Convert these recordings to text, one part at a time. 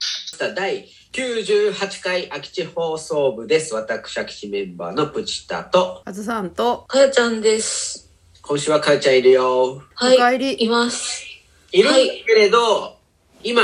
した第98回空き地放送部です。私、空き地メンバーのプチタと、あずさんと、かやちゃんです。今週はかよちゃんいるよ。はい。おかえりいます。いるんだけれど、今、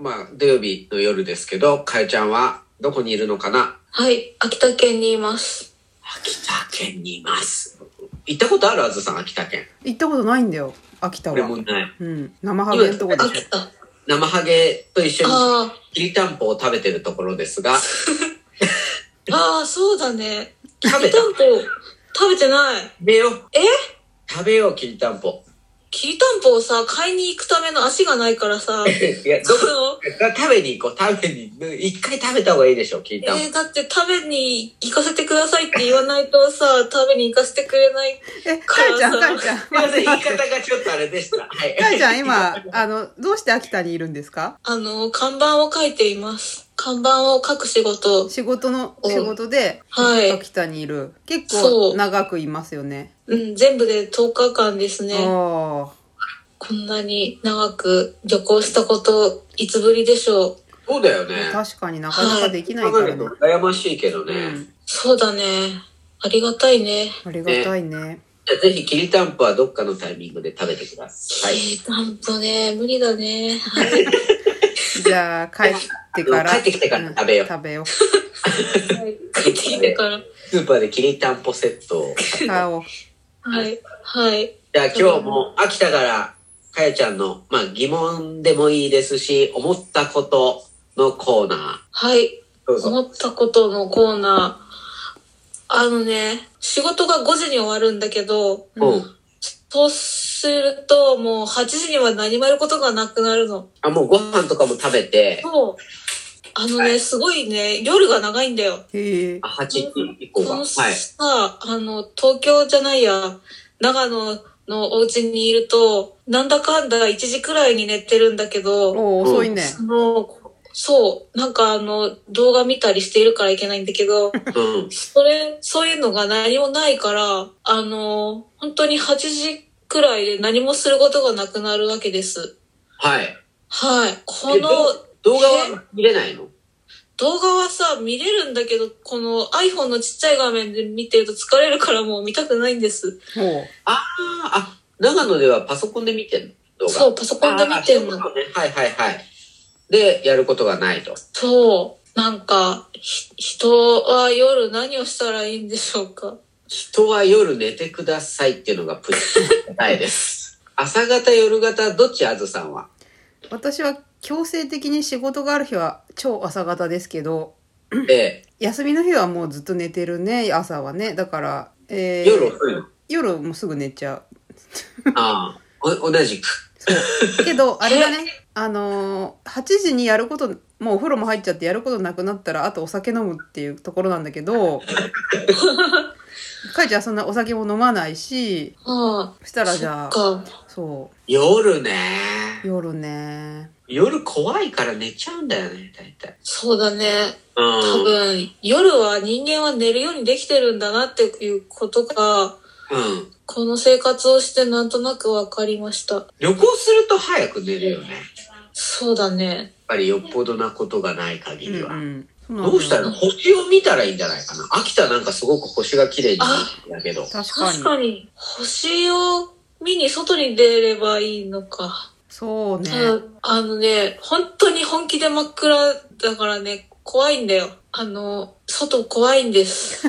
まあ、土曜日の夜ですけど、かよちゃんはどこにいるのかなはい。秋田県にいます。秋田県にいます。行ったことあるあずさん、秋田県。行ったことないんだよ、秋田俺はも。ない。うん、生ハゲのとこでしょ秋。田。生ハゲと一緒にあきりたんぽを食べてるところですが、ーあー、そうだね。きりた食べんたぽ、食べてない。食べよう。え食べよう、きりたんぽ。きりたんぽをさ、買いに行くための足がないからさ、い や、どそこの、食べに行こう、食べに。一回食べた方がいいでしょ、聞いた。えー、だって食べに行かせてくださいって言わないとさ、食べに行かせてくれない。え、かえちゃん、かえちゃん。すいません、待言っいて方がちょっとあれで した。はい。かえちゃん、今、はあの、どうして秋田にいるんですかあの、看板を書いています。看板を書く仕事。仕事の、うん仕事で、はい。秋田にいる。結そ構、う長くいますよね。うん、全部で10日間ですあね。ーこんなに長く旅行したこと、いつぶりでしょう。そうだよね。確かになかなかできないか考えらるねと。羨ましいけどうね。ん、そうだね。ありがたいね。ありがたいね。じゃあぜひ、きりたんぽはどっかのタイミングで食べてください。えー、なんとね、無理だね。 じゃあ、帰ってから。帰ってきてから食べようん食べよはい。帰ってきてから。スーパーできりたんぽセットを。う。買おう。はい。はい。じゃあ今日も秋田から、かやちゃんの、まあ疑問でもいいですし、思ったことのコーナはい。ー。どうぞ。思ったことのコーナー。あのね、仕事が5時に終わるんだけど、うん。そうするともう8時には何もやることがなくなるの。あ、もうご飯とかも食べて、そう。あのね、はいすごいね、夜が長いんだよ。へえあ、。8時以降は。そはのい。さ、あの、東京じゃないや、長野のお家にいると、なんだかんだ1時くらいに寝てるんだけど、おー遅いね。その、そう、なんかあの、動画見たりしているからいけないんだけど、うん。それ、そういうのが何もないから、あの、本当に8時くらいで何もすることがなくなるわけです。はい。はい。この、動画は見れないの動画はさ、見れるんだけど、この iPhone のちっちゃい画面で見てると疲れるからもう見たくないんです。おうああ、あ、長野ではパソコンで見てんの動画。そう、パソコンで見てあんーの。そういうことねはいはいはい。で、やることがないと。そう。なんか、ひ人は夜何をしたらいいんでしょうか。人は夜寝てくださいっていうのがプッチの答えです。朝方、夜方、どっちあずさんは私は強制的に仕事がある日は超朝方ですけど、え休みの日はもうずっと寝てるね、朝はね。だから、ええ、ー夜遅いの。夜もうすぐ寝ちゃう。ああ、お同じく。そう。けど、あれだね、あのー、8時にやること、もうお風呂も入っちゃってやることなくなったら、あとお酒飲むっていうところなんだ けど、かいちゃんそんなお酒も飲まないし、はそしたあ、らそじゃっあ、か。そ夜ね。う、夜ね。夜怖いから寝ちゃうんだよね、大体。そうだね。う多ん。分、夜は人間は寝るようにできてるんだなっていうことが、うん。この生活をしてなんとなくわかりました。旅行すると早く寝るよね。やっそうだね。ぱりよっぽどなことがない限うんりは。うん。そなのどうしたら星を見たらいいんじゃないかな。秋田なんかすごく星が綺麗に見えるんだけど。確か確に。かに、星を見に外に出ればいいのか。そうね。ただあのね、本当に本気で真っ暗だからね、怖いんだよ。あの、外怖い んです。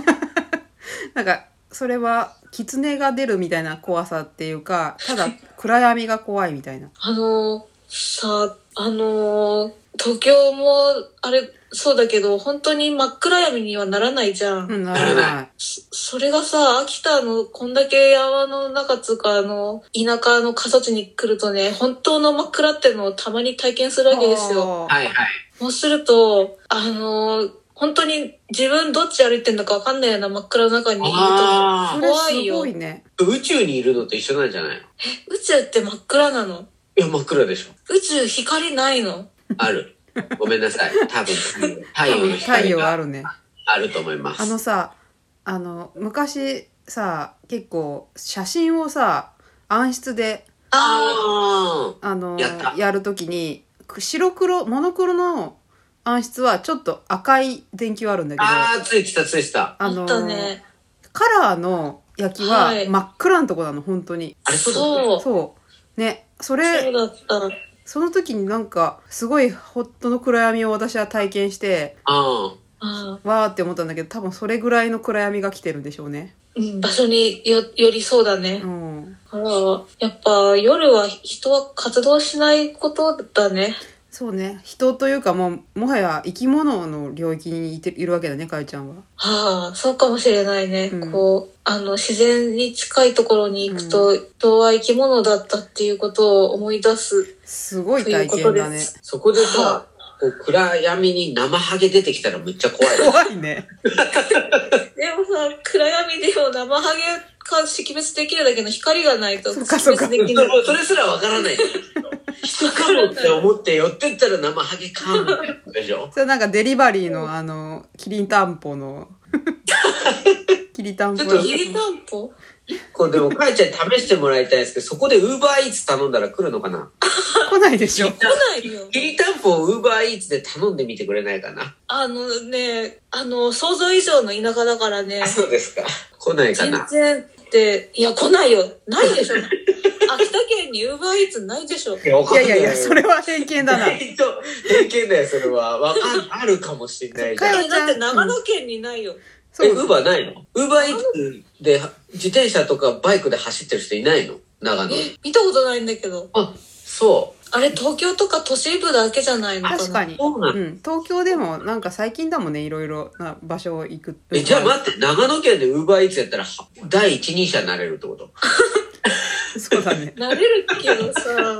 なんか、それは、狐が出るみたいな怖さっていうか、ただ、暗闇が怖いみたいな。あの、さ、あの、東京も、あれ、そうだけど、本当に真っ暗闇にはならないじゃん。うん、ならない。そそれがさ、秋田のこんだけ山の中つうか、あの、田舎の過疎地に来るとね、本当の真っ暗ってのをたまに体験するわけですよ。あーはいはい。そうすると、あのー本当に自分どっち歩いてんだかわかんないような真っ暗の中にいると。あそあ。れ怖いすよごいね。宇宙にいるのと一緒なんじゃないの宇宙って真っ暗なのいや、真っ暗でしょ。宇宙光ないのある。ごめんなさい。多 分、太陽の太光陽あがるね。あると思いまあす。のさ、あの、昔さ、結構、写真をさ、暗室で、あああのやった、やるときに、く白黒、モノクロの暗室はちょっと赤い電球あるんだけど、ああー、ついてた、ついてた。あのったね。カラーの焼きははい真っ暗のとこなの、本当に。あれ、そうだったねそう。そそう。ね、それ、うだった。その時になんか、すごいホットの暗闇を私は体験して、ああわーって思ったんだけど、多分それぐらいの暗闇が来てるんでしょうね。ー場所によよりそうだねう。ん。だから、やっぱ夜は人は活動しないことだね。そうね。人というかもう、もはや生き物の領域にいているわけだね、かえちゃんは。はあ、そうかもしれないね。うんこう、あの、自然に近いところに行くと、人は生き物だったっていうことを思い出す。すごい体験だね。あ、そこではさ、こう暗闇に生ハゲ出てきたらめっちゃ 怖い。怖いね。でもさ、暗闇でも生ハゲか識別できるだけの光がないとそっか識そっか別できそない。れそれすらわからない。人かもって思って寄ってったら生ハゲかみたいなでしょそれなんかデリバリーのあの、キリンタンポの、キリタンポちょっときりたんぽこうでも、かえちゃんに試してもらいたいんですけど、そこでウーバーイーツ頼んだら来るのかな来ないでしょ。来ないよ。きりたんぽをウーバーイーツで頼んでみてくれないかなあのね、あの、想像以上の田舎だからねあ、。そうですか。来ないか全な然って、いや、来ないよ。ないでしょ。 秋田県にウーバーイーツないでしょ。いや、わかいんなやいいやいや、それは偏見だな。意外と偏見だよ、それは。わかん、あるかもしれないじゃん。かよえだって長野県にないよ。え、そウーう。バーないのウーバーイーツで、自転車とかバイクで走ってる人いないの長野。え見たことないんだけど。あ、そあれ、東京とか都市部だけじゃないのかな。確かう。に。そうなうの。ん、東京でもなんか最近だもんねいろいろな場所行くえ、じゃあ待って、長野県でウーバーイーツやったら、は第一人者になれるってこと そうだね慣れるけどさ、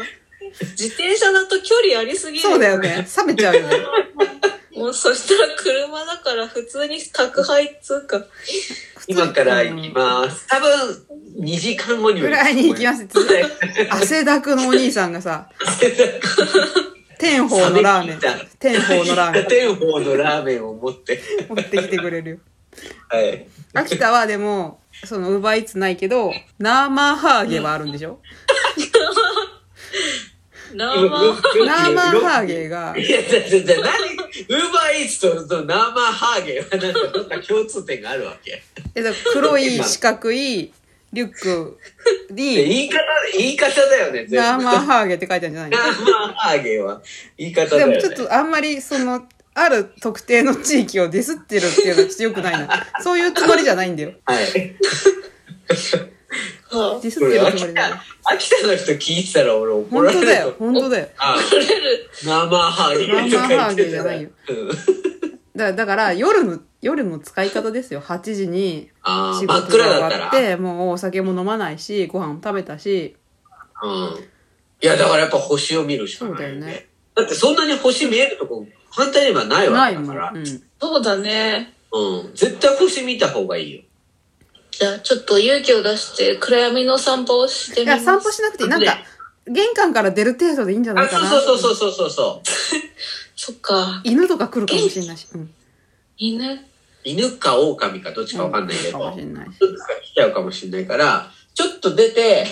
自転車だと距離ありすぎる。そうだよね冷めちゃうよねもうそしたら車だから普通に宅配っつうか。今から行きます。多分、2時間後に。ぐらいに行きますす汗だくのお兄さんがさ天宝のラーメン冷め切っ天宝のラーメン天方のラーメンを持って。持ってきてくれるよはい。秋田はでもそのウーバーイーツないけど生ハーゲはあるんでしょ、なあまあ、生生ハーゲがいや、だって、だ何、ウーバーイーツと、と、ナーマーハーゲンは、なんか、どっか共通点があるわけ。えだから黒い四角いリュックに言い方、言い方だよね、全部。ナー生マハーゲって書いてあるんじゃないのーハーゲンは、言い方だでよね。もちょっとあんまりそのある特定の地域をディスってるっていうのはちょっと良くない なそういうつもりじゃないんだよはい。はディスっこれ、てるつ秋もりじゃない田、秋田の人聞いてたら、俺怒本ら当れだるよと。本当だよあ、あ、来れる。生ハーゲンとか言ってた生ハーゲンじらゃないようんだだから夜の夜の使い方ですよ8時にあー仕真事っ暗がだった終わらっ。てもうお酒も飲まないしご飯も食べたしうん。いや、だからやっぱ星を見るしかないそうだよねだってそんなに星見えるとこ、反対にはないわないけだもん、から。うん、そうだね。うん。絶対星見た方がいいよ。じゃあちょっと勇気を出して暗闇の散歩をしていみまやす。散歩しなくていいなんか玄関から出る程度でいいんじゃなあ、いかそうなそうそうそうそうそう。そっか。犬とか来るかもしれないし、うん、犬犬か狼かどっちかわかんないけかど、もしどっれないしちか来ちゃうかもしれないから、ちょっと出て、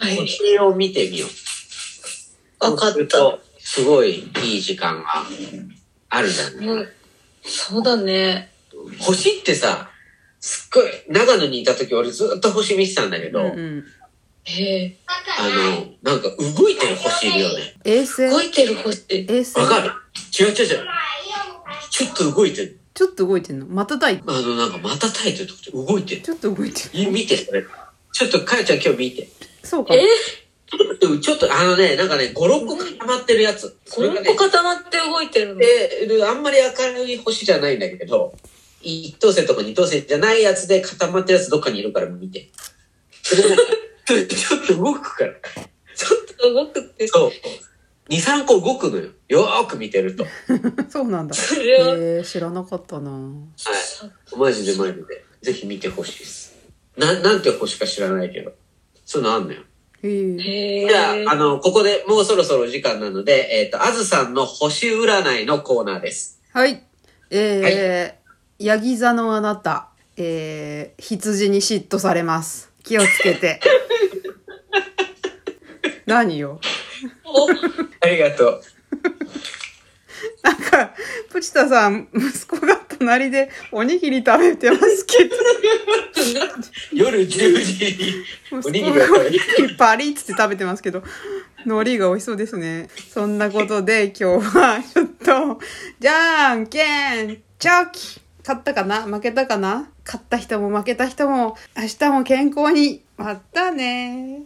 はい。星を見てみよう。わかそっうするた。と。すごいいい時間があるんだね。うんそうだね。星ってさ、すっごい、長野にいた時俺ずっと星見てたんだけうど、んうん、へえ。あの、なんか動いてる星いるよね。衛星動いてる星。衛星わかる違う違う違う。ちょっと動いてる。ちょっと動いてんのまたたいあの、なんか、またタイトルとかで動いてる。ちょっと動いてるい見て、それ。ちょっと、かやちゃん今日見て。そうかえもちょっと、あのね、なんかね、5、6個固まってるやつ。それが5ね個、固まって動いてるの。で、であんまり明るい星じゃないんだけど、1等星とか2等星じゃないやつで固まってるやつどっかにいるから見て。それなんか ちょっと動くから。ちょっと動くって。そう。2、3個動くのよ。よーく見てると。はそうなんだ。それは、えー、知らなかったなぁい。マジでマジで。ぜひ見てほしいです。な、なんて星か知らないけど。そういうのあんのよ。へーへえ。じゃあ、あの、ここでもうそろそろお時間なので、えっ、と、あずさんの星占いのコーナーです。はい。えー、ヤギ座のあなた、えー、羊に嫉妬されます。気をつけて。何よ。お ありがとう。なんか、さ、プチタさん、息子が隣でおにぎり食べてますけど、夜10時におにぎ息り子をが食おべににぎりパリッつって食べてますけど、海苔が美味しそうですね。そんなことで今日はちょっと、じゃんけん、チョキ勝ったかな負けたかな勝った人も負けた人も、明日も健康に。またね